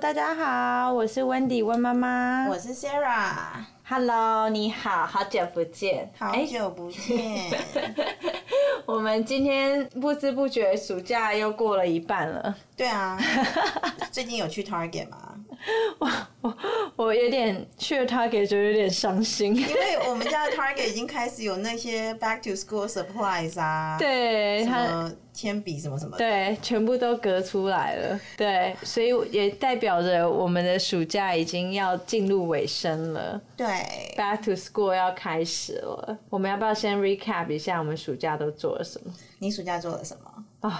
大家好，我是 Wendy 温妈妈。我是 Sarah， Hello，你好，好久不见。好哎久不见。 我们今天不知不觉暑假又过了一半 了，对啊，最近有去 Target 吗？我有点去了 Target 就有点伤 心。因为我们家的 Target 已经开始有那些 Back to School supplies 啊，，对什他，么铅笔什么什么的。对，全部都隔出来了。对，所以也代表着我们的暑假已经要进入尾声了对， ，Back to School 要开始了。我们要不要先 recap 一下我们暑假都做了什么？你暑假做了什么？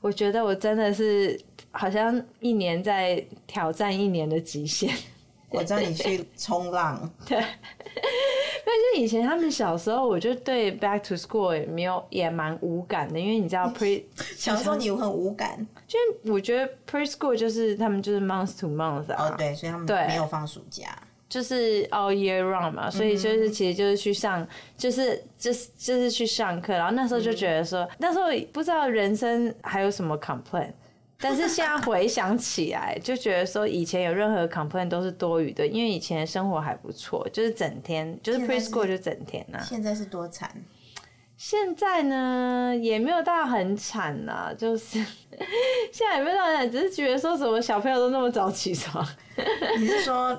我觉得我真的是好像一年在挑战一年的极限。 我知道你去冲浪，但是以前他们小时候，我就对 Back to School 也没有也蛮无感的，因为你知道 pre 小时候你很无感就是我觉得 preschool 就是他们就是 month to month 啊，哦，对，所以他们对没有放暑假。就是 all year round 嘛，所以嗯就是其实就是去上，就是就是就是去上课，然后那时候就觉得嗯说，那时候不知道人生还有什么 complain。但是现在回想起来，就觉得说以前有任何 complain 都是多余的，因为以前的生活还不错，就是整天就是现在是 preschool 就整天呐、啊。现在是多惨，现在呢也没有到很惨呐、就是 现在也没有到很惨，只是觉得说什么小朋友都那么早起床，你是说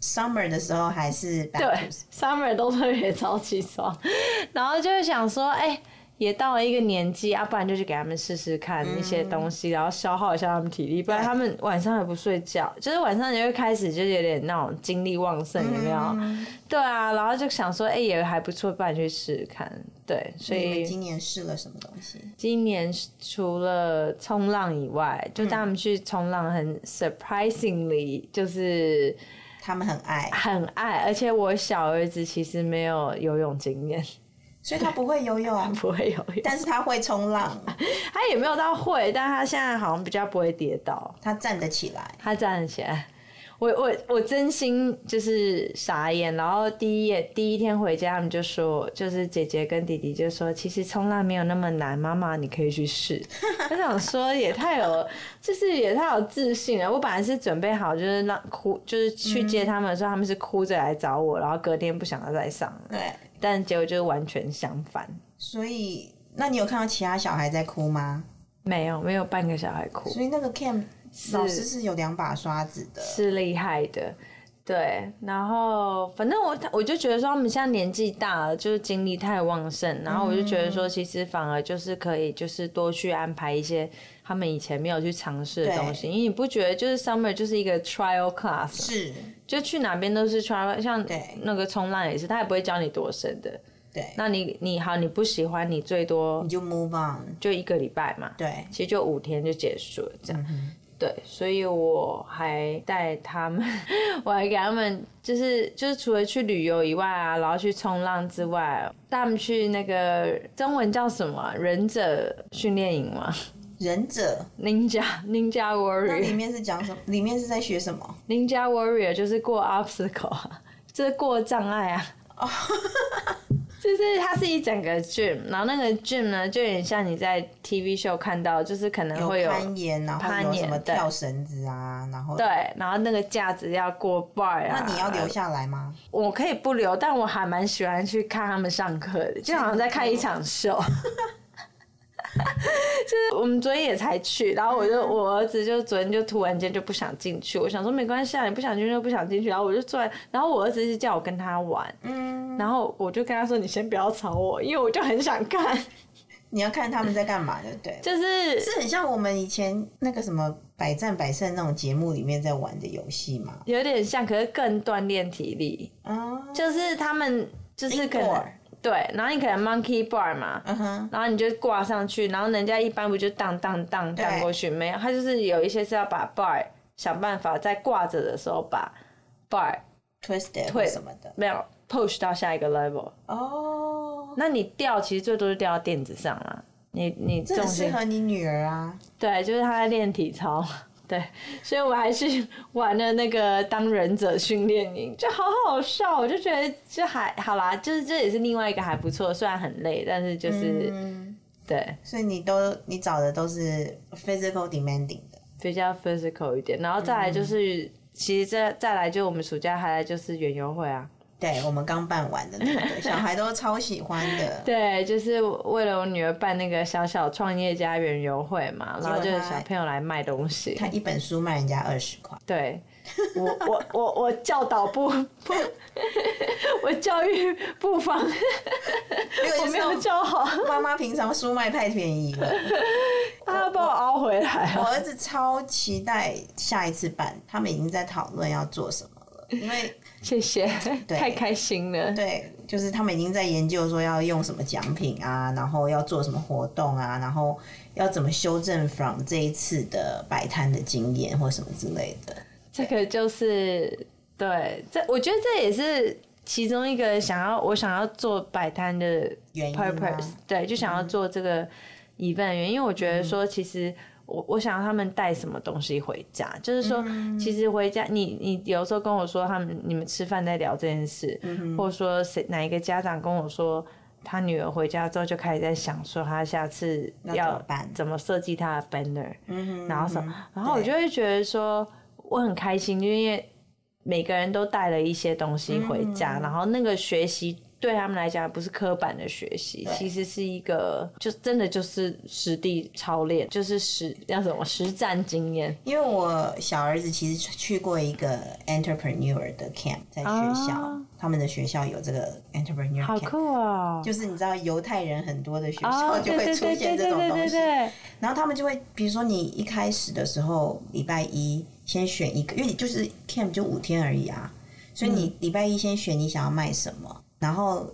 summer 的时候还是 back 对 to school？ ，summer 都特别早起床， 然后就会想说，哎、也到了一个年纪啊，不然就去给他们试试看一些东西，然后消耗一下他们体力，不然他们晚上也不睡觉，就是晚上就会开始就是有点那种精力旺盛，有没有？对啊，然后就想说，哎、也还不错，不然去试试看。对，所你以们今年试了什么东西？嗯今年除了冲浪以外，就带他们去冲浪，很 surprisingly 就是他们很爱，很爱，而且我小儿子其实没有游泳经验， 所以他不会游泳，不会游泳，但是他会冲浪，他也没有到会，但他现在好像比较不会跌倒，他站得起来。他站得起来。我我我真心就是傻眼，然后第一夜第一天回家，他们就说，就是姐姐跟弟弟就说，其实冲浪没有那么难，妈妈你可以去试。我想说也太有，就是也太有自信了。我本来是准备好就是让哭，就是去接他们的时候，他们是哭着来找我，然后隔天不想要再上了。对，但结果就是完全相反，所以那你有看到其他小孩在哭吗？没有没有半个小孩哭，所以那个 Cam 老师是有两把刷子的，是厉害的。对，然后反正我我就觉得说他们现在年纪大了，就是精力太旺盛，然后我就觉得嗯说其实反而就是可以就是多去安排一些他们以前没有去尝试的东西，因为你不觉得就是 summer 就是一个 trial class，吗是，就去哪边都是 trial，像对那个冲浪也是，他也不会教你多深的。对，那你你好，你不喜欢你最多你就 move on。就一个礼拜嘛，对，其实就五天就结束了，嗯这样。对，所以我还带他们， 我还给他们，就是就是除了去旅游以外啊，然后去冲浪之外，带他们去那个中文叫什么啊忍者训练营嘛忍者 ，Ninja Ninja 那里 Warrior 面是讲什么？里面是在学什么？ Ninja Warrior 就是过 obstacle 啊， 就是过障碍啊。 就是它是一整个 gym，然后那个 gym 呢，就有点像你在 TV show 看到，就是可能会有攀岩，然后有攀岩什么对跳绳子啊，然后对，然后那个架子要过 bar 啊。那你要留？下来吗？我可以不留，但我还蛮喜欢去看他们上课的，就好像在看一场秀。 就是我们昨天也才去，然后我嗯就我儿子就昨天就突然间就不想进去，我想说没关系啊，你不想进去就不想进去，然后我就坐在，然后我儿子是叫我跟他玩，嗯，然后我就跟他说你先不要吵我，因为我就很想看，你要看他们在干嘛的， 对了。就是是很像我们以前那个什么百战百胜那种节目里面在玩的游戏嘛？有点像，可是更锻炼体力，啊，就是他们就是可 Indoor 能对，然后你可能 monkey bar 嘛，嗯哼，然后你就挂上去，然后人家一般不就荡荡荡对荡过去？没有，他就是有一些是要把 bar 想办法在挂着的时候把 bar twisted 退什么的没有 push 到下一个 level。哦，那你掉其实最多就掉到垫子上啦。你你这重很适心合你女儿啊，对，就是他在练体操。 对，所以我还去玩了那个当忍者训练营，就好好笑，我就觉得就还好啦，就是这也是另外一个还不错，虽然很累，但是就是、嗯，对，所以你都你找的都是 physical demanding 的，比较 physical 一点，然后再来就是，其实再再来就我们暑假还来就是园游会啊，对我们刚办完的那个，小孩都超喜欢的。 对，就是为了我女儿办那个小小创业家园游会嘛，然后就是小朋友来卖东西他，一本书卖人家二十块，对。我我我我教导 不不，我教育不方， 我没有教好， 妈妈平常书卖太便宜了。他把我熬回来啊我了。儿子超期待下一次办，他们已经在讨论要做什么了，因为谢谢，太开心了。对，就是他们已经在研究说要用什么奖品啊，然后要做什么活动啊，然后要怎么修正 from 这一次的摆摊的经验或什么之类的。这个就是对，这我觉得这也是其中一个想要我想要做摆摊的原因啊嗯吗 purpose，对，就想要做这个 event 的原因，因为我觉嗯得说其实。我我想要他们带什么东西回家，就是说，嗯其实回家你你有时候跟我说他们你们吃饭在聊这件事，嗯或者说谁哪一个家长跟我说他女儿回家之后就开始在想说他下次那怎么要办怎么设计他的 banner，嗯然后什么，然后我对就会觉得说我很开心，因为每个人都带了一些东西回家，然后那个学习对他们来讲不是刻板的学习，对其实是一个就真的就是实地操练，就是实叫什么实战经验。因为我小儿子其实去过一个 entrepreneur 的 camp，在学校，啊他们的学校有这个 entrepreneur 好 camp，酷哦！就是你知道犹太人很多的学哦校，就对会对出对对现这对种对东对西。对，然后他们就会，比如说你一开始的时候，礼拜一先选一个，因为你就是 camp 就五天而已啊，所以你礼拜一先选你想要卖什么，然后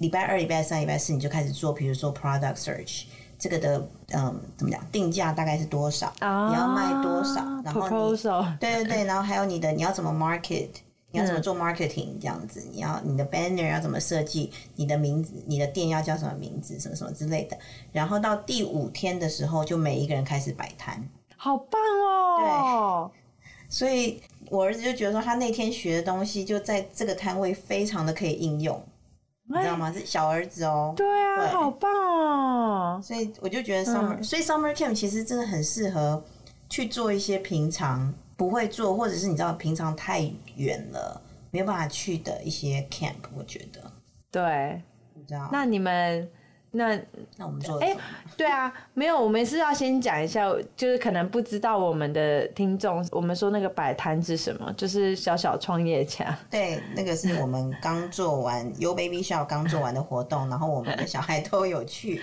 礼拜二、礼拜三、礼拜四你就开始做，比如说 product search 这个的，嗯，怎么讲，定价大概是多少，你要卖多少，啊然后你 proposal 对对对，然后还有你的你要怎么 market，你要怎么做 marketing 这样子，你要你的 banner 要怎么设计，你的名字、你的店要叫什么名字，什么什么之类的。然后到第五天的时候，就每一个人开始摆摊。好棒哦！所以我儿子就觉得说，他那天学的东西就在这个摊位非常的可以应用，你知道吗？是小儿子哦。对啊，对好棒哦！所以我就觉得 summer，、所以 summer camp 其实真的很适合去做一些平常不会做，或者是你知道平常太远了没有办法去的一些 camp。我觉得，对，你知道，那那你们那那我们做了哎什么？对啊，没有，我们是要先讲一下，就是可能不知道我们的听众，我们说那个摆摊是什么，就是小小创业家。对，那个是我们刚做完 U Baby Show 刚做完的活动，然后我们的小孩都有去，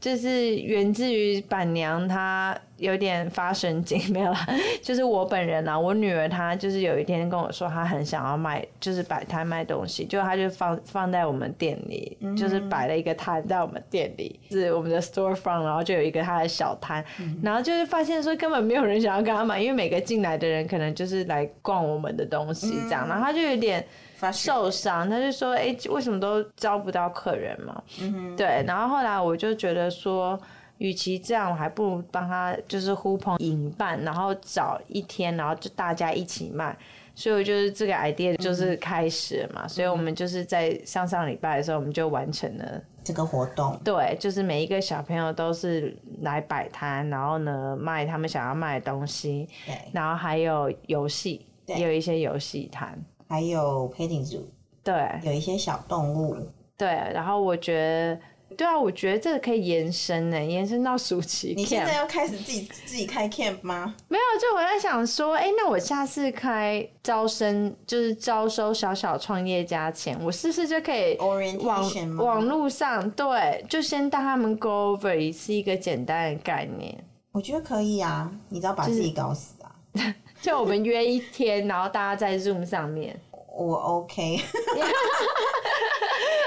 就是源自于板娘她有点发神经，没有啦， 就是我本人啦，我女儿她就是有一天跟我说，她很想要卖，就是摆摊卖东西，就她就放放在我们店里，就是摆了一个摊在我们店里，是我们的 storefront，然后就有一个她的小摊，然后就是发现说根本没有人想要跟她买，因为每个进来的人可能就是来逛我们的东西这样，然后她就有点。 发现受伤，他就说：“哎、为什么都招不到客人嘛？”对。然后后来我就觉得说，与其这样，我还不如帮他就是呼朋引伴，然后找一天，然后就大家一起卖。所以我就是这个 idea 就是开始了嘛，所以我们就是在上上礼拜的时候，我们就完成了。这个活动，对，就是每一个小朋友都是来摆摊，然后呢卖他们想要卖的东西，对，然后还有游戏，对也有一些游戏摊。还有 petting zoo，对，有一些小动物，对，然后我觉得，对啊，我觉得这个可以延伸呢，延伸到暑期 camp。你现在要开始自己自己开 camp 吗？没有？就我在想说，哎，那我下次开招生，就是招收小小创业家前，我是不是就可以哦 Orientation 网吗网络上对，就先带他们 go over 一次一个简单的概念。我觉得可以啊，你只要把自己搞死啊，就我们约一天，然后大家在 Zoom 上面。我 OK。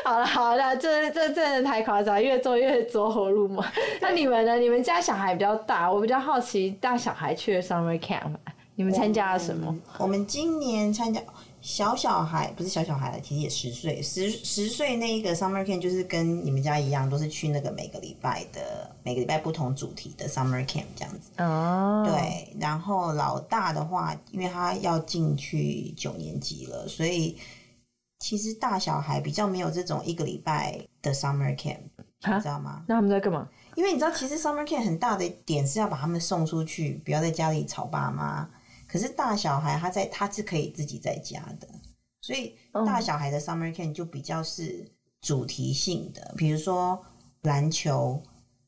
好了好了，这这真的太夸张，越做越走火入魔。那你们呢？你们家小孩比较大，我比较好奇，带小孩去的 summer camp，你们 啊参加了什么？我们今年参加小小孩，不是小小孩了，其实也十岁，十十岁那一个 summer camp 就是跟你们家一样，都是去那个每个礼拜的每个礼拜不同主题的 summer camp 这样子。哦，对，然后老大的话，因为他要进去九年级了，所以其实大小孩比较没有这种一个礼拜的 summer camp。你知道吗？那他们在干嘛？因为你知道，其实 summer camp 很大的点是要把他们送出去，不要在家里吵爸妈。可是大小孩他在他是可以自己在家的，所以大小孩的 summer camp 就比较是主题性的，比如说篮球，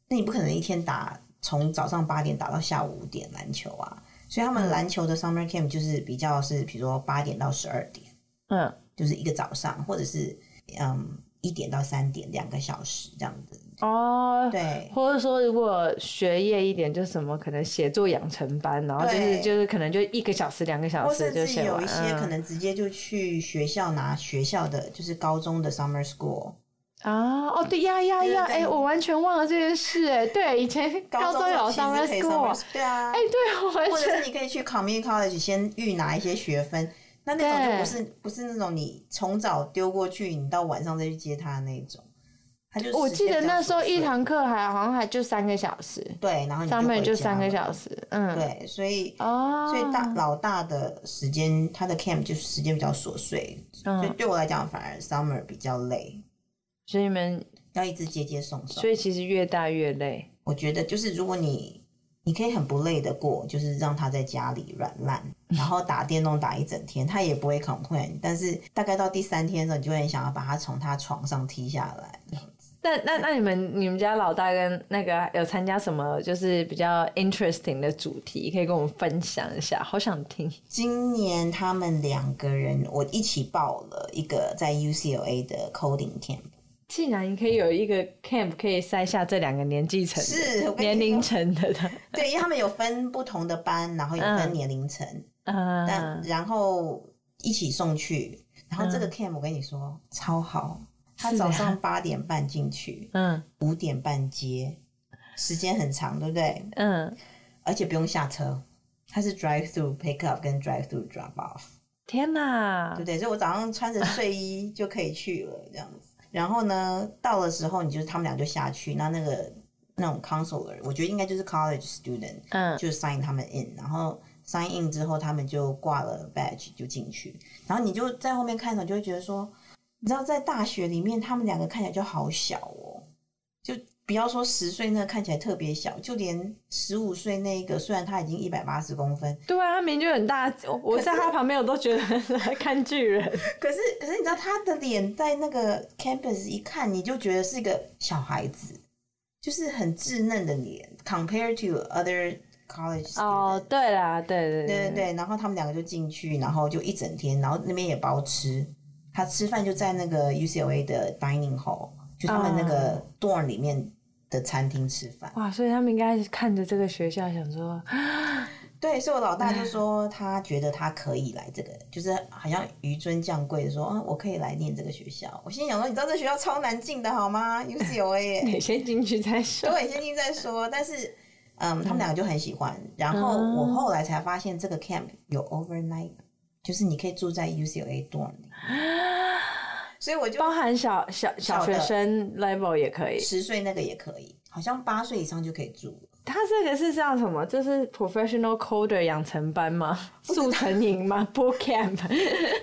那你不可能一天打从早上八点打到下午五点篮球啊，所以他们篮球的 summer camp 就是比较是，比如说八点到十二点，嗯，就是一个早上，或者是嗯一点到三点两个小时这样子，哦，对。或者说如果学业一点，就什么可能写作养成班，然后就是对就是可能就一个小时、两个小或时甚就至写有完。一些嗯可能直接就去学校拿学校的，就是高中的 summer school，啊，哦对呀呀对对呀，对哎，我完全忘了这件事，哎，对，以前高中有其实 summer 可以 school， summer- 对啊哎，，对，我完或者全是你可以去 community college 先预拿一些学分，那那种就不对是不是那种你从早丢过去，你到晚上再去接它的那种，它就是我时记间得比较那时候琐一碎堂课还好像还就三个小时，对，然后你上面回就家三个了小时，嗯，，对，所以。哦，所以大老大的时间，他的 camp 就是时间比较琐碎，所以嗯，对我来讲，反而 summer 比较累，所以你们，要一直接接送送。所以其实越大越累，我觉得就是如果你你可以很不累的过，就是让他在家里软烂，然后打电动打一整天，他也不会 complain。但是大概到第三天的时候，你就会很想要把他从他床上踢下来。那那那你们你们家老大跟那个有参加什么就是比较 interesting 的主题，可以跟我们分享一下，好想听。今年他们两个人我一起报了一个在 UCLA 的 coding camp，既然你可以有一个 camp 可以塞下这两个年纪层的是我跟你年龄说层的的， 对，因为他们有分不同的班，然后有分嗯年龄层，但嗯，然后一起送去。然后这个 camp 我跟你说超好，他是啊早上八点半进去，嗯五点半接，时间很长，对不对？嗯，而且不用下车，它是 drive through pick up 跟 drive through drop off，天哪对不，对？所以我早上穿着睡衣就可以去了，这样子。然后呢，到的时候你就是他们俩就下去，那那个那种 counselor，我觉得应该就是 college student，嗯就 sign 他们 in，然后 sign in 之后他们就挂了 badge 就进去，然后你就在后面看的时候就会觉得说，你知道在大学里面他们两个看起来就好小哦，就不要说十岁那个看起来特别小，就连十五岁那个虽然他已经一百八十公分， 对啊，他明明就很大，我我可是在他旁边我都觉得 看巨 人，可是可是你知道他的脸在那个 campus 一看你就觉得是一个小孩子，就是很稚嫩的脸，compared to other college students。哦，对啦，对对对对对，然后他们两个就进去，然后就一整天，然后那边也包吃，他吃饭就在那个 UCLA 的 dining hall，就他们那个 dorm 里面的餐厅吃饭。哇，所以他们应该是看着这个学校，想说，嗯对，所以我老大就说他觉得他可以来这个，就是好像纡尊降贵的说，啊，我可以来念这个学校。我心里想说，你知道这学校超难进的好吗 ？UCLA 耶、你先进去再说。对，先听再说。但是，嗯，他们两个就很喜欢。然后我后来才发现，这个 camp 有 overnight，就是你可以住在 UCLA dorm 里。所以我 就包含小小小小的学生 level 也可以，十岁那个也可以，好像八岁以上就可以住了。他这个是像什么？这是 professional coder 养成班吗？速成营吗？Boot camp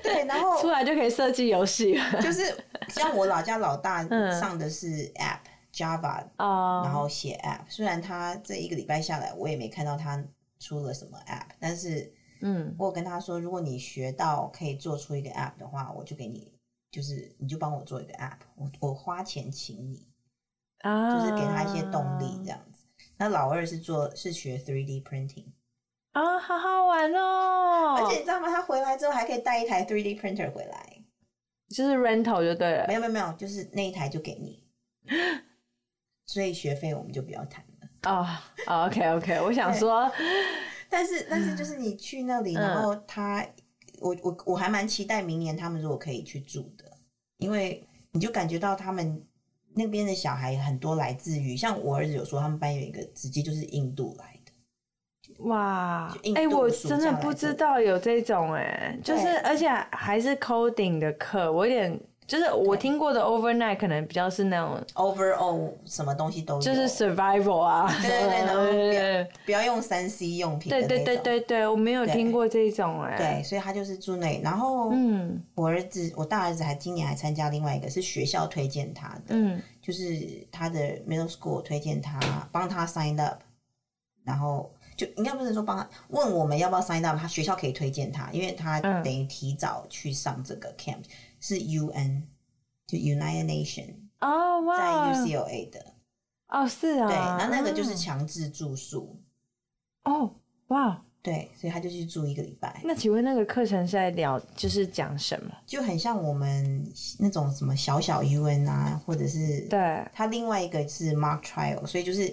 对，然出后来就可以设计游戏了。哦就是像我老家老大上的是 app、Java，哦、然后写 app。虽然他这一个礼拜下来，我也没看到他出了什么 app，但是嗯，我有跟他说，如果你学到可以做出一个 app 的话，我就给你，就是你就帮我做一个 app，我我花钱请你，就啊，是给他一些动力这样子。那老二是做是学 3D printing，、啊，好好玩哦！而且你知道吗？他回来之后还可以带一台 3D printer 回来，就是 rental 就对了没。有没有没有，就是那一台就给你，所以学费我们就不要谈了。哦、o k OK，我想说，但嗯是但是就是你去那里，然后他，我我我还蛮期待明年他们如果可以去住的，因为你就感觉到他们那边的小孩很多来自于，像我儿子有说他们班有一个直接就是印度来的，哇就，印哎、度我暑真的假来不这知里道有这种哎、就是对而且还是 coding 的课，我有点就是我听过的 overnight 可能比较是那种 overall 什么东西都有，就是 survival 啊，对对对，然后不要不要用三 C 用品的对那种，对对对对，我没有听过这种哎、对，所以他就是住那里。然后，嗯我儿子，我大儿子还今年还参加另外一个，是学校推荐他的，嗯就是他的 middle school 推荐他，帮他 sign up，然后就应该不是说帮他问我们要不要 sign up，他学校可以推荐他，因为他嗯等于提早去上这个 camp，、是 UN 就 United Nation 哦在哇 UCLA 的，哦是啊，对，那那个就是强制住宿，哦哇，对，所以他就去住一个礼拜。那请问那个课程是在聊就是讲什么？就很像我们那种什么小小 UN 啊，或者是对它另外一个是 mock trial，所以就是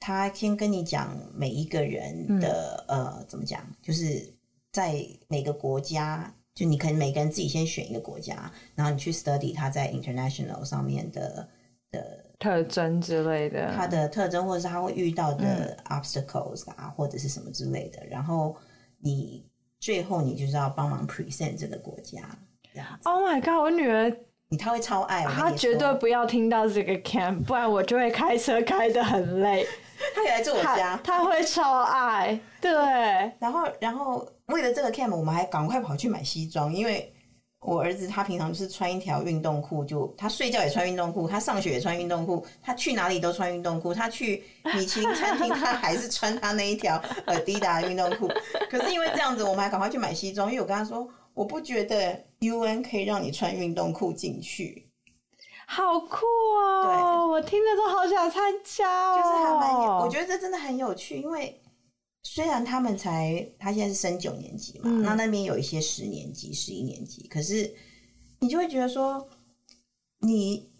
他先跟你讲每一个人的、嗯呃怎么讲，就是在每个国家，就你可能每个人自己先选一个国家，然后你去 study 他在 international 上面的的特征之类的，它的特征，或者是他会遇到的 obstacles 啊，或者是什么之类的，然后你最后你就是要帮忙 present 这个国家。这样子。 Oh my god！我女儿你他会超爱，我跟她你绝对说不要听到这个 camp，不然我就会开车开得很累。他也来住我她家。她会超爱，对，然后，然后为了这个 camp，我们还赶快跑去买西装，因为我儿子他平常就是穿一条运动裤，就他睡觉也穿运动裤，他上学也穿运动裤，他去哪里都穿运动裤，他去米其林餐厅他还是穿他那一条呃 Adidas 的运动裤。可是因为这样子，我们还赶快去买西装，因为我跟他说，我不觉得 UN 可以让你穿运动裤进去。好酷哦！我听了都好想参加哦。就是还蛮有，我得觉得这真的很有趣，因为虽然他们才他现在是升九年级嘛，嗯那那边有一些十年级、十一年级，可是你就会觉得说，你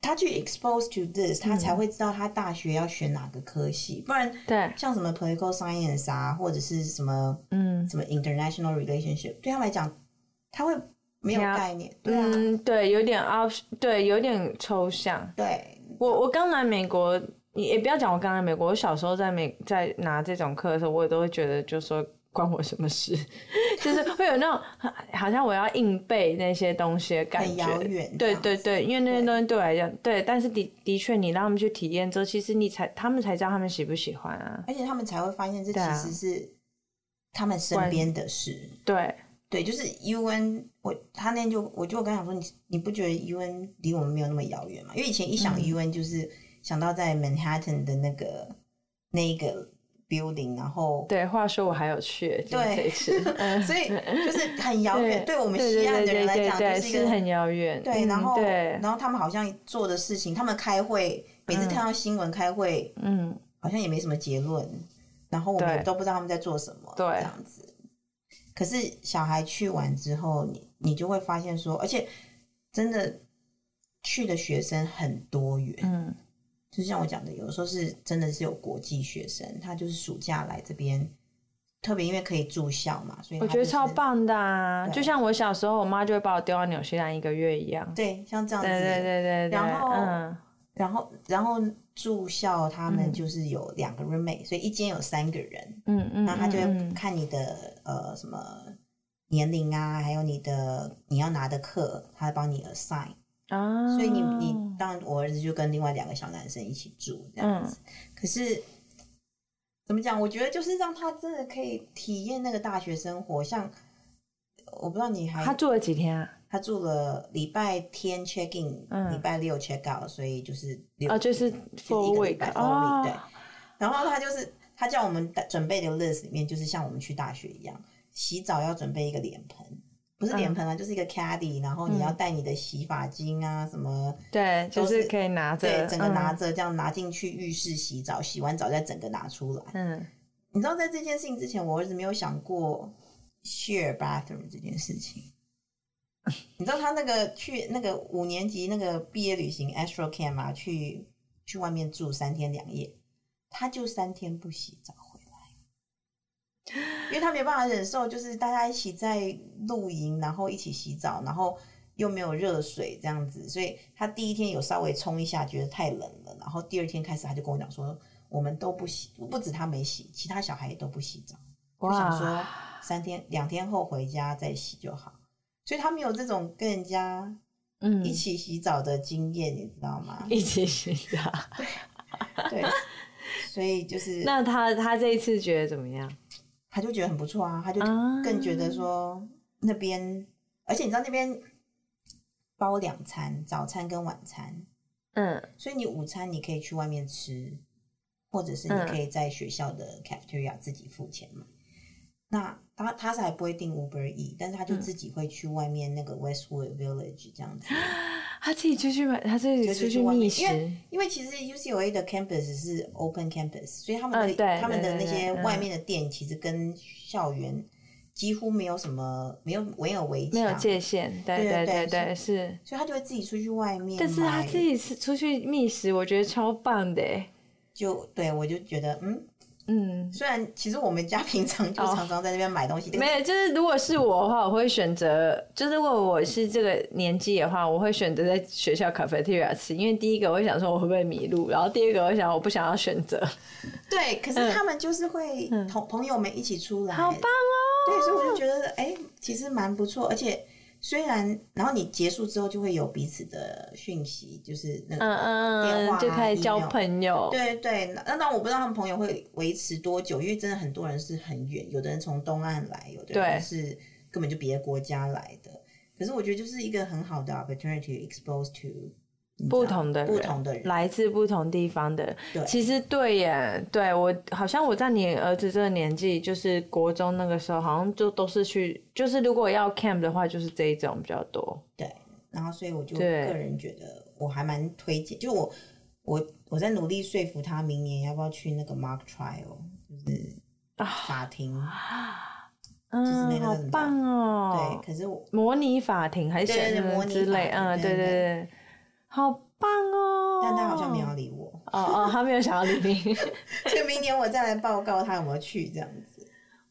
他去 expose to this，他嗯才会知道他大学要选哪个科系，不然对，像什么 political science 啊，或者是什么嗯什么 international relationship，对他来讲，他会没有了概念，对啊，嗯，对，有点 o p 对，有点抽象。对，我我刚来美国，你也不要讲我刚来美国，我小时候在美在拿这种课的时候，我也都会觉得就说关我什么事， 就是会有那种好好像我要硬背那些东西的感很觉。遥远，对对对，因为那些对东西对我来讲，对，但是的的确，你让他们去体验之后，其实你才他们才知道他们喜不喜欢啊。而且他们才会发现这对啊其实是他们身关边的事。对，对，就是 UN，我他那天就我就跟他讲说，你你不觉得 UN 离我们没有那么遥远吗？因为以前嗯一想 UN 就是想到在 Manhattan 的那个那一个 building，然后对，话说我还有去，今天这对一次，嗯所以就是很 遥远，对我们对西对岸的对人来对讲对就是一是个很遥远。对，嗯然后对，然后他们好像做的事情，他们开会，每次嗯看到新闻开会，嗯，好像也没什么结论，然后我们对也都不知道他们在做什么，对这样子。可是小孩去完之后，你你就会发现说，而且真的去的学生很多元，嗯，就像我讲的，有时候是真的是有国际学生，他就是暑假来这边，特别因为可以住校嘛，所以他我觉得就是超。棒的啊！对就像我小时候，我妈就会把我丢到纽西兰一个月一样。对，像这样子，对对对对对，然后嗯，然后然后住校他们就是有两个 roommate，、所以一间有三个人，嗯嗯，那他就嗯会嗯看你的、呃什么年龄啊，还有你的你要拿的课，他帮你 assign。啊，所以你你当然，我儿子就跟另外两个小男生一起住嗯这样子。可是怎么讲？我觉得就是让他真的可以体验那个大学生活。像我不知道你还他嗯住了几天啊？他住了礼拜天 check in，、嗯礼拜六 check out，所以就是六哦，就是 four 一个礼 week 拜 four 哦 week，对，然后他就是他叫我们打准备的 list 里面，就是像我们去大学一样，洗澡要准备一个脸盆，不是脸嗯盆啊，就是一个 caddy，然后你要带你的洗发精啊，什么对，就都是是可以拿着，嗯对，整个拿着，着这样拿进去浴室洗澡，洗完澡再整个拿出来。嗯，你知道，在这件事情之前，我儿子没有想过 share bathroom 这件事情。你知道他那个去那个五年级那个毕业旅行 Astro Camp 啊，去去外面住三天两夜，他就三天不洗澡回来，因为他没办法忍受，就是大家一起在露营，然后一起洗澡，然后又没有热水这样子，所以他第一天有稍微冲一下，觉得太冷了，然后第二天开始他就跟我讲说，我们都不洗，不止他没洗，其他小孩也都不洗澡，我想说哇，三天两天后回家再洗就好，所以他没有这种跟人家嗯一起洗澡的经验，你知道 吗？一起洗澡。对，所以就是那他他这一次觉得怎么样？他就觉得很不错啊，他就啊更觉得说那边，而且你知道那边包两餐，早餐跟晚餐，嗯所以你午餐你可以去外面吃，或者是嗯你可以在学校的 cafeteria 自己付钱嘛。那他他是还不会订 Uber E，但嗯是他就自己会去外面那个 Westwood Village 这样子，他自己就去买，他自己就出是去外觅面，食因。为因为其实 UCLA 的 campus 是 open campus，所以他们嗯的、对他们的对那对些对嗯外面的店其实跟校园几乎没有什么没有没有围没有墙，界限，对对对对对对对是，所以他就会自己出去外面买。但是他自己是出去觅食，我觉得超棒的欸耶，就对我就觉得嗯，嗯，虽然其实我们家 平常就哦常常在那边买东西，但是没有，就是如果是我的话，我会选择，就是如果我是这个年纪的话，我会选择在学校 cafeteria 吃，因为第一个我会想说我会不会迷路，然后第二个我想我不想要选择，对，可是他们就是会同、朋友们一起出来，嗯好棒哦，对，所以我就觉得哎、其实蛮不错，而且。虽然，然后你结束之后就会有彼此的讯息，就是那个嗯嗯电嗯，话啊就开始交 email 朋友，对对，那那当然我不知道他们朋友会维持多久，因为真的很多人是很远，有的人从东岸来，有的对人是根本就别的国家来的。可是我觉得就是一个很好的 opportunity expose to 你知道不同的不人同的人，来自不同地方的人对其实对耶，对我好像我在你儿子这个年纪，就是国中那个时候，好像就都是去，就是如果要 camp 的话，就是这一种比较多。对，然后所以我就个对人觉得我还蛮推荐，就我我我在努力说服他明年要不要去那个 mock trial，就是啊法庭，就是那嗯，个好什么棒哦！对，可是我模拟法庭还是对对对什么模拟之类，法庭嗯，对对对对，好棒哦！但他好像没有要理我，哦 哦，他没有想要理你，所以明年我再来报告他有没有去这样子，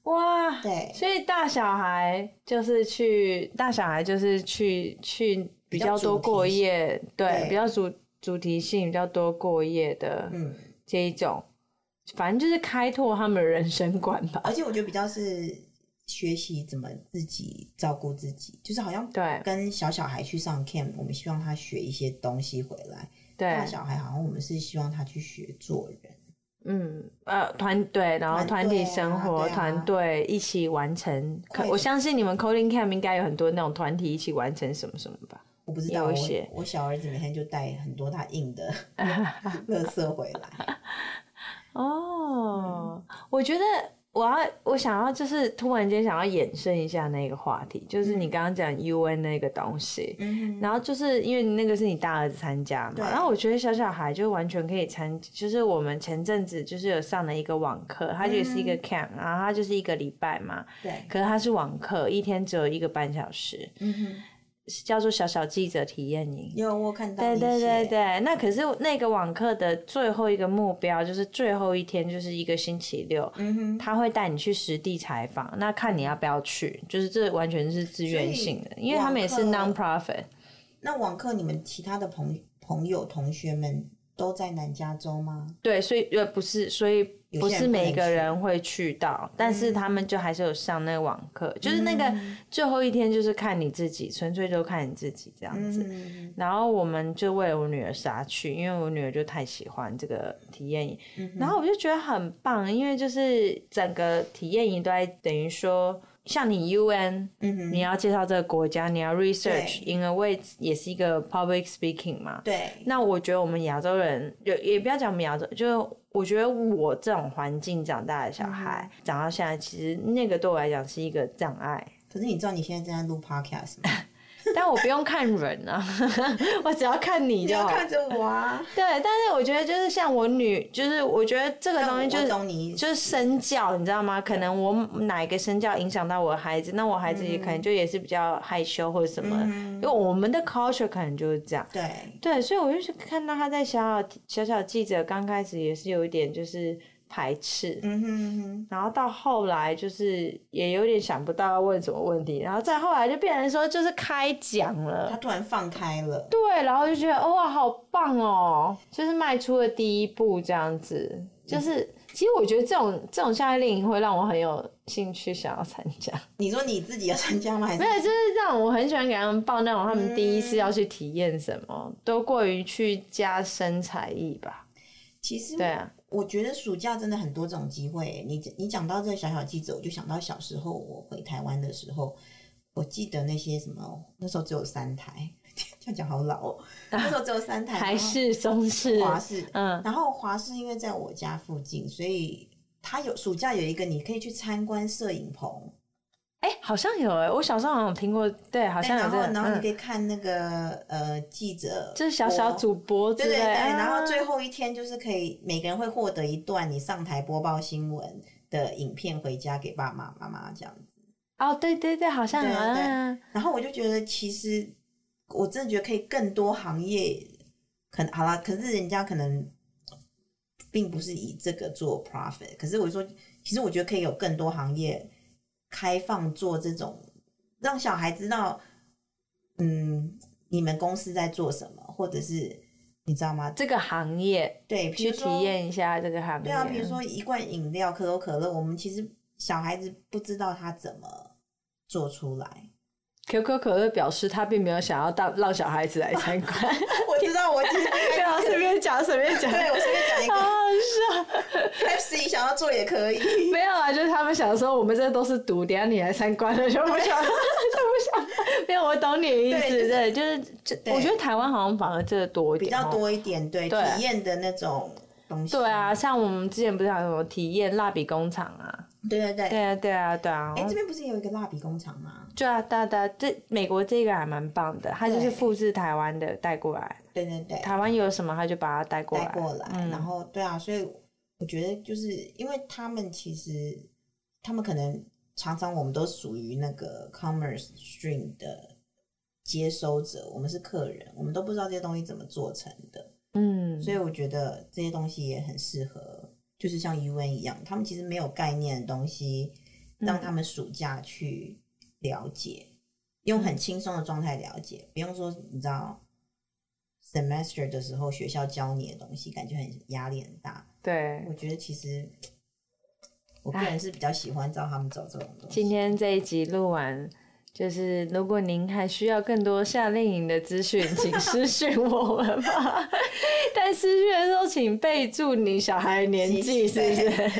哇！ 对。所以大小孩就是去大小孩就是去去比较多过夜，对，对比较主主题性比较多过夜的嗯，这一种，反正就是开拓他们的人生观吧。而且我觉得比较是学习怎么自己照顾自己，就是好像对跟小小孩去上 camp，我们希望他学一些东西回来；对大，小孩好像我们是希望他去学做人。嗯呃团对，然后团团队体啊生活，对啊团队、一起完成。可快我相信你们 coding camp 应该有很多那种团体一起完成什么什么吧。我不知道，欸有我写我小儿子每天就带很多他 印的垃圾回来。哦，嗯我觉得我要我想要就是突然间想要延伸一下那个话题，就是你刚刚讲 UN 那个东西，嗯哼，然后就是因为你那个是你大儿子参加嘛，对然后我觉得小小孩就完全可以参，就是我们前阵子就是有上了一个网课，它就是一个嗯 camp，、然后它就是一个礼拜嘛，对，可是它是网课，一天只有一个半小时，嗯哼，叫做小小记者体验营。有我有看到对你对对写，对，那可是那个网课的最后一个目标就是最后一天，就是一个星期六，嗯哼，他会带你去实地采访，那看你要不要去，就是这完全是自愿性的，所以因为他们也是网 non 课 profit。那网课你们其他的朋朋友同学们都在南加州吗？对，所以呃不是，所以有不些人是不每能个去人会去到，但是他们就还是有上那个网课，就是那个嗯最后一天就是看你自己，纯粹就看你自己这样子。嗯，然后我们就为了我女儿杀去，因为我女儿就太喜欢这个体验营，然后我就觉得很棒，因为就是整个体验营都在等于说，像你 UN，、嗯哼你要介绍这个国家，你要 research，in a way 也是一个 public speaking 嘛。对，那我觉得我们亚洲人，也也不要讲我们亚洲，就我觉得我这种环境长大的小孩，长到现在，其实那个对我来讲是一个障碍。可是你知道你现在正在录 podcast 吗？但我不用看人啊， 我只要看 你你就要好。看着我 啊！对，但是我觉得就是像我女，就是我觉得这个东西就我是懂你，就是身教，你知道吗？可能我哪一个身教影响到我的孩子，那我孩子也可嗯能就也是比较害羞或者什么，因为我们的 culture 可能就是这样。对对，所以我就是看到他在小小小小记者刚开始也是有一点就是排斥，嗯哼嗯哼，然后到后来就是也有点想不到要问什么问题，然后再后来就变成说就是开讲他了。突然放开了，对，然后就觉得哇，好棒哦，就是迈出了第一步这样子。就是其实我觉得这种这种夏令营会让我很有兴趣想要参加。你说你自己要参加吗？还是没有，就是让我很喜欢给他们报那种他们第一次要去体验什么，多过于去加深才艺吧。其实对啊，我觉得暑假真的很多种机会。你你讲到这个小小记者，我就想到小时候我回台湾的时候，我记得那些什么，那时候只有三台， 这样讲好老哦。那时候只有三 台，台式、中式、华视，嗯，然后华视因为在我家附近，所以它有暑假有一个你可以去参观摄影棚，哎、好像有哎、我小时候好像有听过，对，好像有哎然这后个，然后你嗯可，以看那个呃记者，就是小小。主播之对类对对，的，啊然后最后一天就是可以每个人会获得一段你上台播报新闻的影片回家给爸爸妈妈这样子。哦，对对对，好像有对对对啊，然后我就觉得，其实我真的觉得可以更多行业，可能好啦，可是人家可能并不是以这个做 profit。可是我说，其实我觉得可以有更多行业开放做这种，让小孩知道，嗯，你们公司在做什么，或者是你知道吗？这个行业对，比去如说体验一下这个行业，对啊，比如说一罐饮料可口可乐，我们其实小孩子不知道它怎么做出来。可口可乐表示他并没有想要到让小孩子来参 观， 我知道，我其 实不要啊随便讲随便讲， 对我随便讲一好个 好笑。 ，Pepsi 想要做也可以。没有啊，就是他们想说我们这都是赌，等一下你来参观了就不想，就不想。没有，我懂你的意对就思，是对，就是这，对我觉得台湾好像反而这个多一比点，较。多一点，对对体验的那种东西。对啊，，像我们之前不是还有什么体验蜡笔工厂啊？对对对。对啊，对啊，对啊。哎，这边不是有一个蜡笔工厂吗？对啊，对啊，对啊，这美国这个还蛮棒的，它就是对复制台湾的带过来，对对对，台湾有什么他就把它带过来。带过来，嗯然后对啊，所以我觉得就是因为他们其实他们可能常常我们都属于那个 commerce stream 的接收者，我们是客人，我们都不知道这些东西怎么做成的，嗯，所以我觉得这些东西也很适合，就是像 UN 一样，他们其实没有概念的东西，让嗯他们暑假去了解，用很轻松的状态了解，不用说你知道 semester 的时候学校教你的东西，感觉很压力很大。对。我觉得其实我个人是比较喜欢照他们走这种东西。今天这一集录完，就是如果您还需要更多夏令营的资讯，请私讯我们 吧。但私讯的时候，请备注你小孩的年纪，是不是？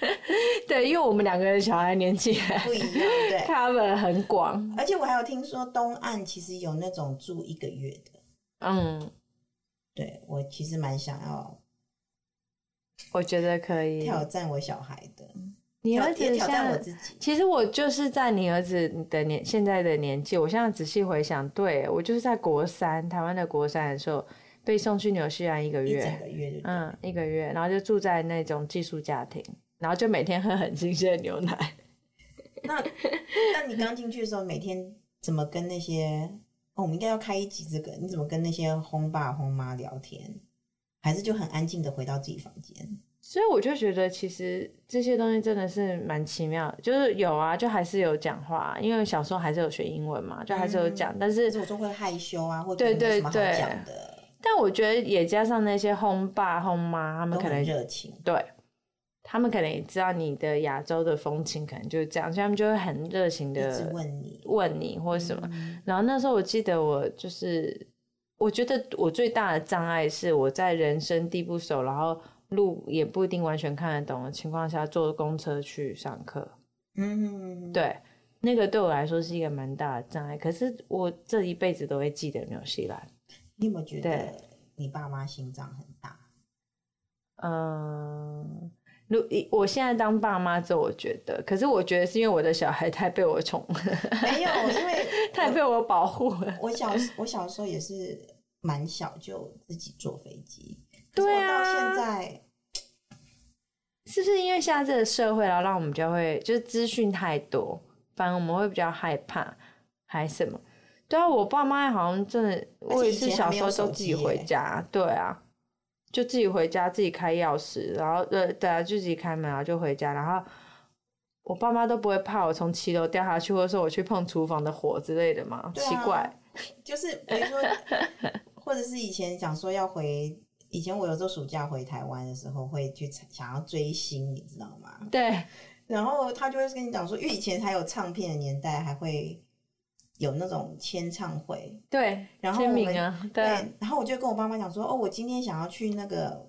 对，因为我们两个人小孩年纪 不一样，对。 cover 很广，而且我还有听说东岸其实有那种住一个月的，嗯，对我其实蛮想要我觉得可以。挑战我小孩的。你挑儿也子挑战我像。自己。其实我就是在你儿子的年现在的年纪，我现在仔细回想，对我就是在国三台湾的国三的时候被送去纽西兰一个一月，整个月就对嗯，一个月，然后就住在那种寄宿家庭，然后就每天喝很新鲜的牛奶。 那那你刚进去的时候，每天怎么跟那些？哦，我们应该要开一集这个，你怎么跟那些轰爸轰妈聊天？还是就很安静的回到自己房间？所以我就觉得，其实这些东西真的是蛮奇妙的，就是有啊，就还是有讲话，啊因为小时候还是有学英文嘛，就还是有讲，但就是是我说会害羞啊，或者对没有什么好对对讲的，但我觉得也加上那些轰爸轰妈，他都们可很能热情。对，他们可能也知道你的亚洲的风情，可能就是这样，所以他们就会很热情一直的问你，问你或什么。嗯然后那时候我记得我就是，我觉得我最大的障碍是我在人生地不熟，然后路也不一定完全看得懂的情况下，坐公车去上课。嗯，对，那个对我来说是一个蛮大的障碍。可是我这一辈子都会记得纽西兰。你有没有觉对得你爸妈心脏很大？嗯，如以我现在当爸妈之后，我觉得，可是我觉得是因为我的小孩太被我宠了，没有，因为 太被我保护了。我小时我小时候也是蛮小就自己坐飞机，可是对我啊到现在是不是因为现在这个社会，然后让我们就会就是资讯太多，反而我们会比较害怕，还什么？对啊，我爸妈好像真的，我也是小时候都自己回家，对啊，就自己回家，自己开钥匙，然后呃，对啊，就自己开门，然后就回家，然后我爸妈都不会怕我从七楼掉下去，或者说我去碰厨房的火之类的嘛，对啊奇怪，就是比如 说，或者是以前讲说要回，以前我有时候暑假回台湾的时候会去想要追星，你知道吗？对，然后他就会跟你讲说，因为以前还有唱片的年代，还会有那种签唱会，对，然后签我名们啊，对对啊，，然后我就跟我爸妈讲说，哦，我今天想要去那个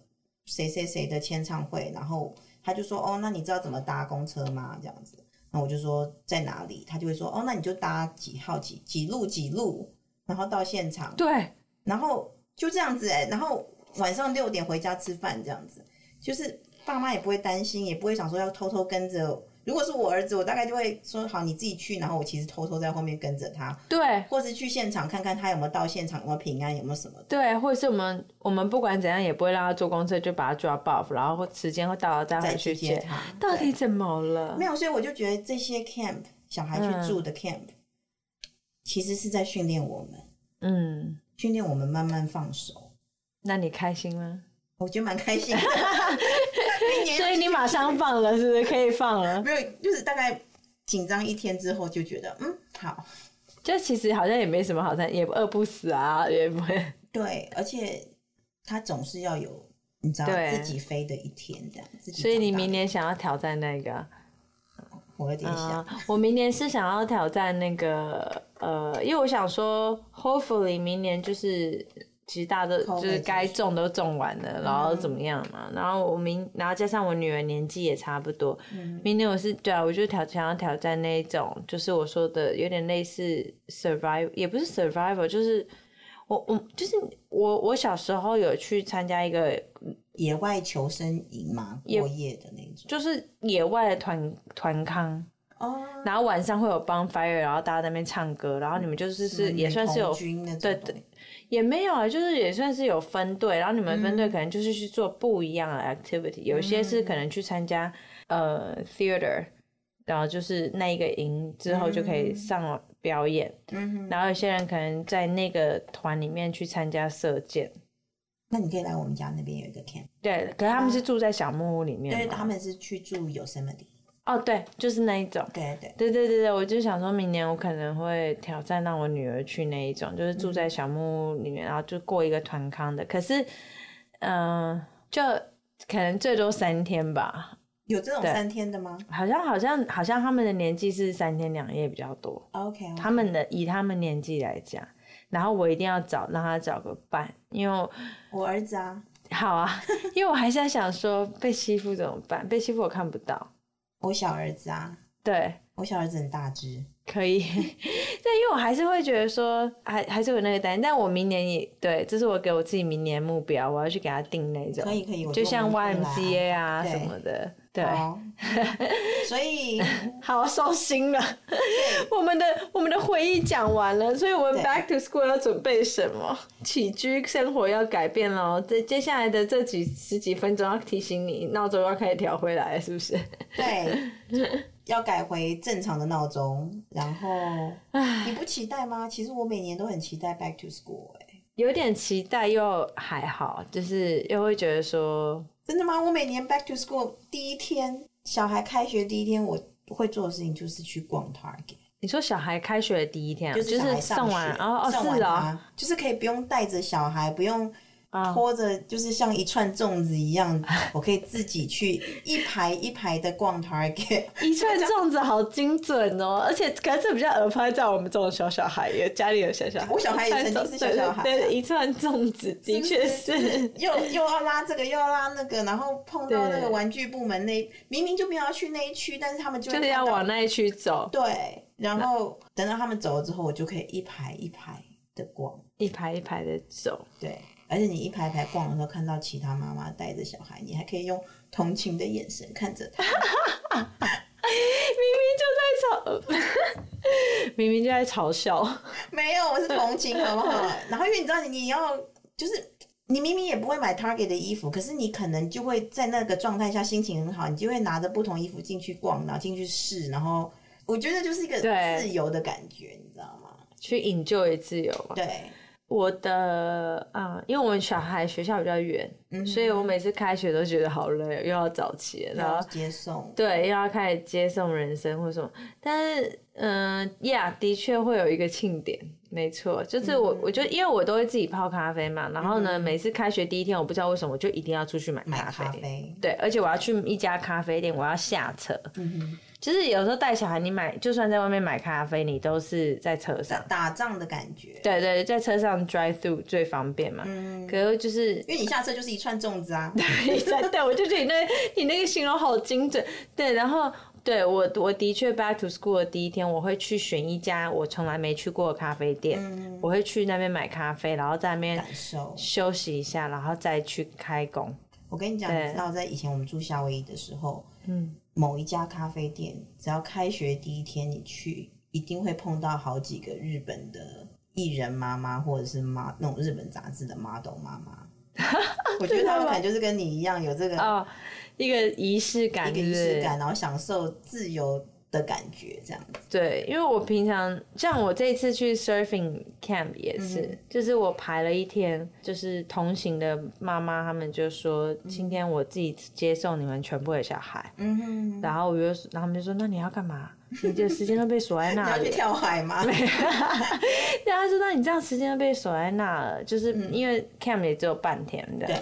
谁谁谁的签唱会，然后他就说，哦，那你知道怎么搭公车吗？这样子，那我就说在哪里，他就会说，哦，那你就搭几号几几路几路，然后到现场，对，然后就这样子哎、然后晚上六点回家吃饭这样子，就是爸妈也不会担心，也不会想说要偷偷跟着。如果是我儿子，我大概就会说好你自己去，然后我其实偷偷在后面跟着他，对，或是去现场看看他有没有到现场，有没有平安，有没有什么的。对，或者是我们我们不管怎样也不会让他坐公车，就把他 drop off，然后时间会到了再再回去去接接。他，到底对怎么了没？有，所以我就觉得这些 camp 小孩嗯去住的 camp，、其实是在训练我们，嗯，训练我们慢慢放手。那你开心吗？我觉得蛮 开心的，所以你马上放了，是不是可以放了？没有，就是大概紧张一天之后就觉得，嗯，好，就其实好像也没什么好看，也饿不死啊，也不 会。对，而且他总是要有你知道对自己飞的一天这样。自己所以你长大明年想要挑战那个啊？我有点想，啊我明年是想要挑战那个呃，因为我想说，hopefully 明年就是其实大家都 COVID 就是该种都种完了，然后嗯怎么样嘛？然后我明，然后加上我女儿年纪也差不多，明年我是对啊，我就挑想要挑战那一种，就是我说的有点类似 survive，也不是 survival，就是我我就是我我小时候有去参加一个野外求生营嘛，也过夜的那种。就是野外的团团康，哦，然后晚上会有 bonfire，然后大家在那边唱歌，然后你们嗯就是是也算是有军那种对东西也没有啊，就是也算是有分队，然后你们分嗯队可能就是去做不一样的 activity，、有些是可能去参加呃 theater，然后就是那一个营之后就可以上表演，嗯哼，然后有些人可能在那个团里面去参加射箭，那你可以来我们家那边有一个 camp，对，可是他们是住在小木屋里面嘛，嗯对，他们是去住 Yosemite，哦对，就是那一种。对对，对对对对，我就想说明年我可能会挑战让我女儿去那一种，就是住在小木屋里面，然后就过一个团康的。可是，嗯、就可能最多三天吧，有这种对三天的吗好像好像好像他们的年纪是三天两夜比较多， ？OK，他们的以他们年纪来讲，然后我一定要找让他找个伴，因为我我儿子啊，好啊， 因为我还是在想说被欺负怎么办，被欺负我看不到，我小儿子啊，对。我小儿子很大只，可 以，但因为我还是会觉得说，还还是有那个担心。但我明年也对，这是我给我自己明年目标，我要去给他定那种，可以可以，我就像我们可以来 YMCA 啊对什么的，对，好，所以好伤心了。 我们的我们的回忆讲完了，所以我们对 Back to School 要准备什么？起居生活要改变喽。这接下来的这几十几分钟要提醒你，闹钟要开始调回来，是不是？ 对，要改回正常的闹钟。然后，你不期待吗？其实我每年都很期待 Back to School、哎，有点期待又还好，就是又会觉得说，真的吗？我每年 Back to School 第一天，小孩开学第一天，我会做的事情就是去逛 Target，你说小孩开学的第一天、啊，就就是小送孩上学，完，哦哦，送完是哦，他就是可以不用带着小孩，不用。啊拖着就是像一串粽子 一样，我可以自己去一排一排的逛 Target，一串粽子好精准哦，而且可能这比较合拍在我们这种小小孩耶，家里有小小孩，我小孩也曾经是小小孩啊对，对对一串粽子的确是， 又又要拉这个，又要拉那个，然后碰到那对个玩具部门那，明明就没有要去那一区，但是他们就会就是要看到往那一区走，对，然后等到他们走了之后，我就可以一排一排的逛，一排一排的走，对，而且你一排排逛的时候，看到其他妈妈带着小孩，你还可以用同情的眼神看着他，明明就在嘲， 明明就在嘲笑， 没有，我是同情，好不好？ 然后因为你知道你，你要就是。你明明也不会买 Target 的衣服，可是你可能就会在那个状态下心情很好，你就会拿着不同衣服进去逛，然后进去试，然后我觉得就是一个对自由的感觉，你知道吗？去引咎一自由嘛。对，我的啊、嗯因为我们小孩学校比较远，嗯哼所以我每次开学都觉得好累，又要早起了，然然后后接送，对，又要呃开始接送人生或什么。但是，嗯、呀，的确会有一个庆典，没错，就是我，我就因为我都会自己泡咖啡嘛，然后呢，每次开学第一天，我不知道为什么，我就一定要出去嗯买买咖啡。咖啡，对，而且我要去一家咖啡店，我要下车。就是有时候带小孩，你买就算在外面买咖啡，你都是在车上。打仗的感觉。对对，在车上 drive through 最方便嘛。可是就是因为你下车就是一串粽子啊，你在对我就觉得你那你那个形容好精准。对，然后对我我的确 back to school 的第一天，我会去选一家我从来没去过的咖啡店，嗯我会去那边买咖啡，然后在那边感受。休息一下，然后再去开工。我跟你讲，对你知道在以前我们住夏威夷的时候，嗯，某一家咖啡店，只要开学第一天你去，一定会碰到好几个日本的艺人妈妈，或者是妈那种日本杂志的 model 妈妈。我觉得他们可能就是跟你一样有这个哦，一个仪式感，一个对不仪式对感，然后享受自由的感觉，这样子。对，因为我平常像我这一次去 surfing camp 也是，嗯就是我排了一天，就是同行的妈妈他们就说，今天我自己接送你们全部的小孩，嗯哼，然后我就，然后他们就说，那你要干嘛？你的时间都被锁在 你那要去里。跳海 吗？对，他说，那你这样时间都被锁在那了，就是嗯因为 camp 也只有半天的。对，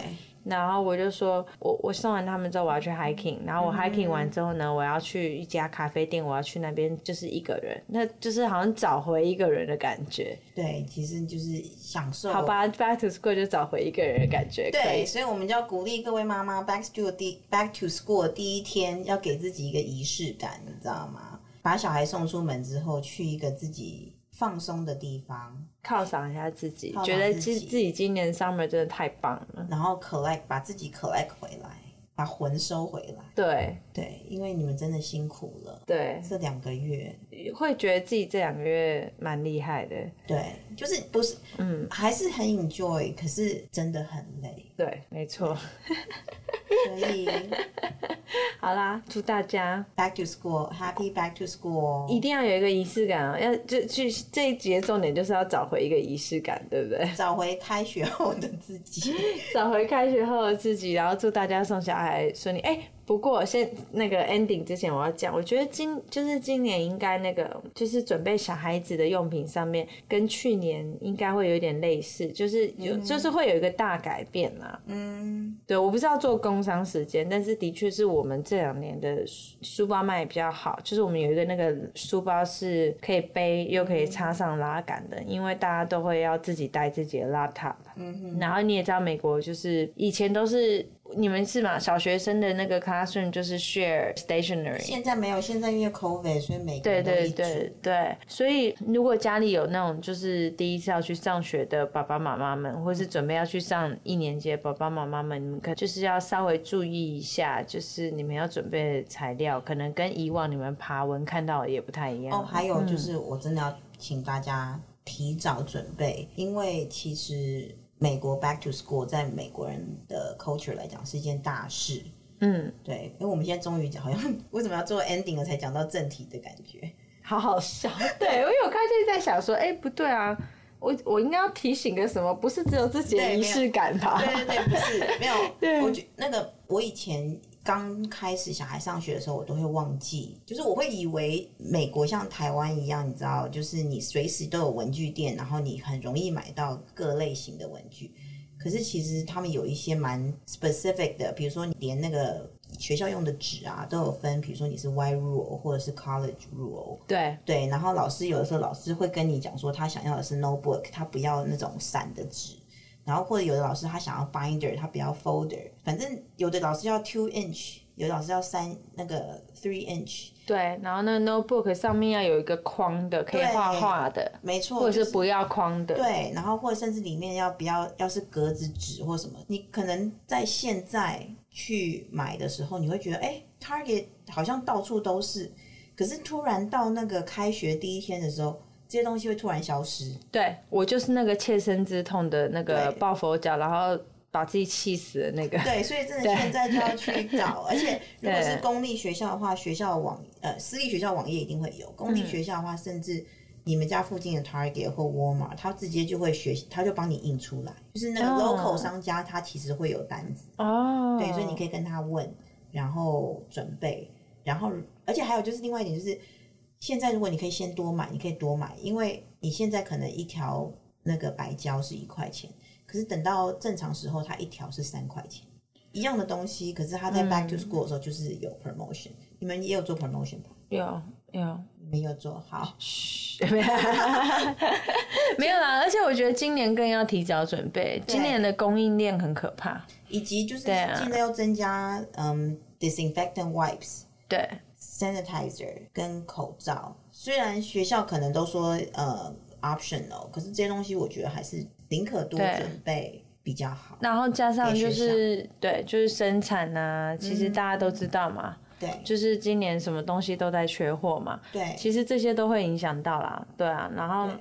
然后我就说，我我送完他们之后，我要去 hiking。然后我 hiking 完之后呢，我要去一家咖啡店，我要去那边就是一个人，那就是好像找回一个人的感觉。对，其实就是享受。好吧，back to school 就找回一个人的感觉。可哦对，以所以我们就要鼓励各位妈妈，back to 第 back to school 的第一天要给自己一个仪式感，你知道吗？把小孩送出门之后，去一个自己放松的地方，犒赏一下自己，犒赏觉得自己自自己今年 summer 真的太棒了。然后 collect 把自己 collect 回来，把魂收回来。对对，因为你们真的辛苦了对，这两个月。会觉得自己这两个月蛮厉害的。对，就是不是，嗯，还是很 enjoy，可是真的很累，对，没错。所 以好啦，祝大家 back to school，happy back to school，一定要有一个仪式感哦，要就去这一节重点就是要找回一个仪式感，对不对？找回开学后的自己。 找回开学后的自己，然后祝大家送小孩顺利。哎、不过先那个 ending 之前，我要讲，我觉得今就是今年应该那个就是准备小孩子的用品上面，跟去年应该会有点类似，就是有、就是会有一个大改变啦。嗯，对，我不知道做工商时间，但是的确是我们这两年的书书包卖得比较好，就是我们有一个那个书包是可以背又可以插上拉杆的，因为大家都会要自己带自己的 laptop。嗯然后你也知道，美国就是以前都是你们是嘛，小学生的那个 classroom 就是 share stationery。现在没有，现在因为 COVID，所以每个对人都对一对组。对，所以如果家里有那种就是第一次要去上学的爸爸妈妈们，或是准备要去上一年级的爸爸妈妈们，你们可就是要稍微注意一下，就是你们要准备的材料，可能跟以往你们爬文看到的也不太一样。哦，还有嗯就是，我真的要请大家提早准备，因为其实美国 Back to School 在美国人的 culture 来讲是一件大事。嗯，对，因为我们现在终于好像 为什么要做 ending 了才讲到正题的感觉。好好笑。 对，我有开始在想说，哎、不对啊。我我应该要提醒个什么？不是只有自己的对仪没有式感吧？对对对，不是没有。我觉那个我以前刚开始小孩上学的时候，我都会忘记，就是我会以为美国像台湾一样，你知道，就是你随时都有文具店，然后你很容易买到各类型的文具。可是其实他们有一些蛮 specific 的，比如说你连那个学校用的纸啊都有分，比如说你是 Y rule 或者是 college rule， 对对，然后老师有的时候老师会跟你讲说，他想要的是 notebook，他不要那种散的纸。然后或者有的老师他想要 binder，他不要 folder。反正有的老师要 two inch，有的老师要三那个 three inch。对，然后那个 notebook 上面要有一个框的，可以对画画的，没错，或就者是不要框的。对，然后或者甚至里面要不要要是格子纸或什么，你可能在现在去买的时候，你会觉得哎，Target 好像到处都是，可是突然到那个开学第一天的时候，这些东西会突然消失。对我就是那个切身之痛的那个对抱佛脚，然后把自己气死的那个。对，所以真对的现在就要去找，而且如果是对公立学校的话，学校网呃私立学校网页一定会有，公嗯立学校的话，甚至你们家附近的 Target 或 Walmart，它直接就会学，它就帮你印出来，就是那个哦 local 商家，它其实会有单子，哦，对，所以你可以跟他问，然后准备，然后而且还有就是另外一点就是。现在如果你可以先多买，你可以多买，因为你现在可能一条那个白胶是一块钱，可是等到正常时候，它一条是三块钱，一样的东西，可是它在嗯 back to school 的时候就是有 promotion，、你们也有做 promotion 吧？有有，你们有做好，嘘，没有啦。而且我觉得今年更要提早准备，今年的供应链很可怕。以及就是对啊现在要增加嗯 disinfectant wipes，对， sanitizer 跟口罩，虽然学校可能都说呃 optional，可是这些东西我觉得还是宁可多对准备比较好。然后加上就给学校是对，就是生产呐、其实大家都知道嘛，对就是今年什么东西都在缺货嘛，对其实这些都会影响到啦，对啊。然后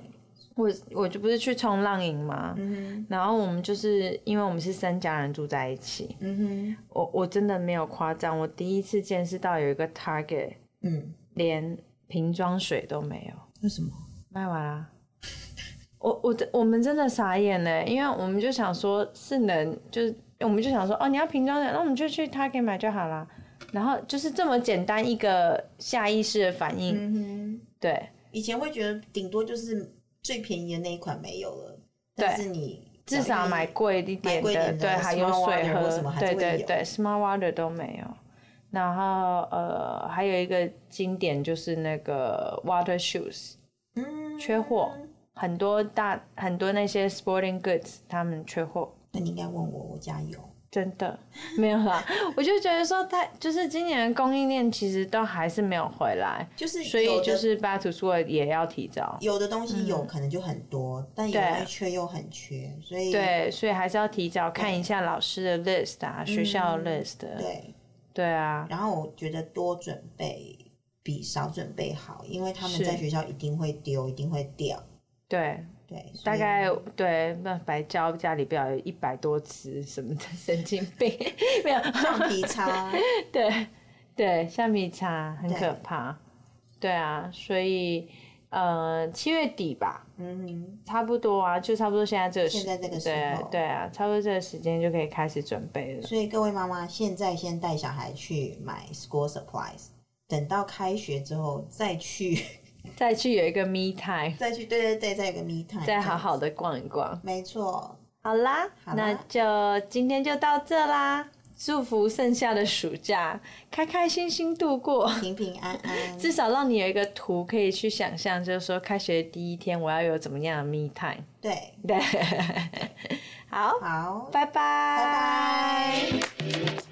我我就不是去冲浪营嘛，嗯然后我们就是因为我们是三家人住在一起，嗯我我真的没有夸张，我第一次见识到有一个 Target 哼，嗯，连瓶装水都没有。为什么？卖完啦。我我真我们真的傻眼呢，因为我们就想说，是能就是我们就想说，哦，你要瓶装的，那我们就去 Target 买就好啦。然后就是这么简单一个下意识的反应，嗯哼，对，以前会觉得顶多就是最便宜的那一款没有了，但是你至少买贵一点买贵一的，点的对，还有 Smart 水 Water 或什喝么，还对是会对有对，Smart Water 都没有。然后呃，还有一个经典就是那个 Water Shoes，嗯缺货，很多大很多那些 Sporting Goods 他们缺货。那你应该问我，我家有。真 的没有啦，我就觉得说它就是今年的供应链其实都还是没有回来，就是所以有的就是巴图说也要提早，有的东西有可能就很多，但有对的缺又很缺，所以对，所以还是要提早看一下老师的 list 啊，学校的 list，嗯对对啊，然后我觉得多准备比少准备好，因为他们是在学校一定会丢，一定会掉。对，对，所大以概对那白胶家里不要有一百多只什么的神经病， 没有，橡皮擦，对对，橡皮擦很对可怕，对啊，所以呃七月底吧，嗯差不多啊，就差不多现在这个时，现在这个时对候对啊，差不多这个时间就可以开始准备了哼，。所以各位妈妈现在先带小孩去买 school supplies，等到开学之后再去，再去有一个 me time，再去，对对对，再有个 me time，再好好的，的逛一逛。没错，好啦，好啦那就今天就到这啦。祝福剩下的暑假开开心心度过，平平安安，至少让你有一个图可以去想象，就是说开学第一天我要有怎么样的 me time。对，对，好，好，拜拜，拜拜拜。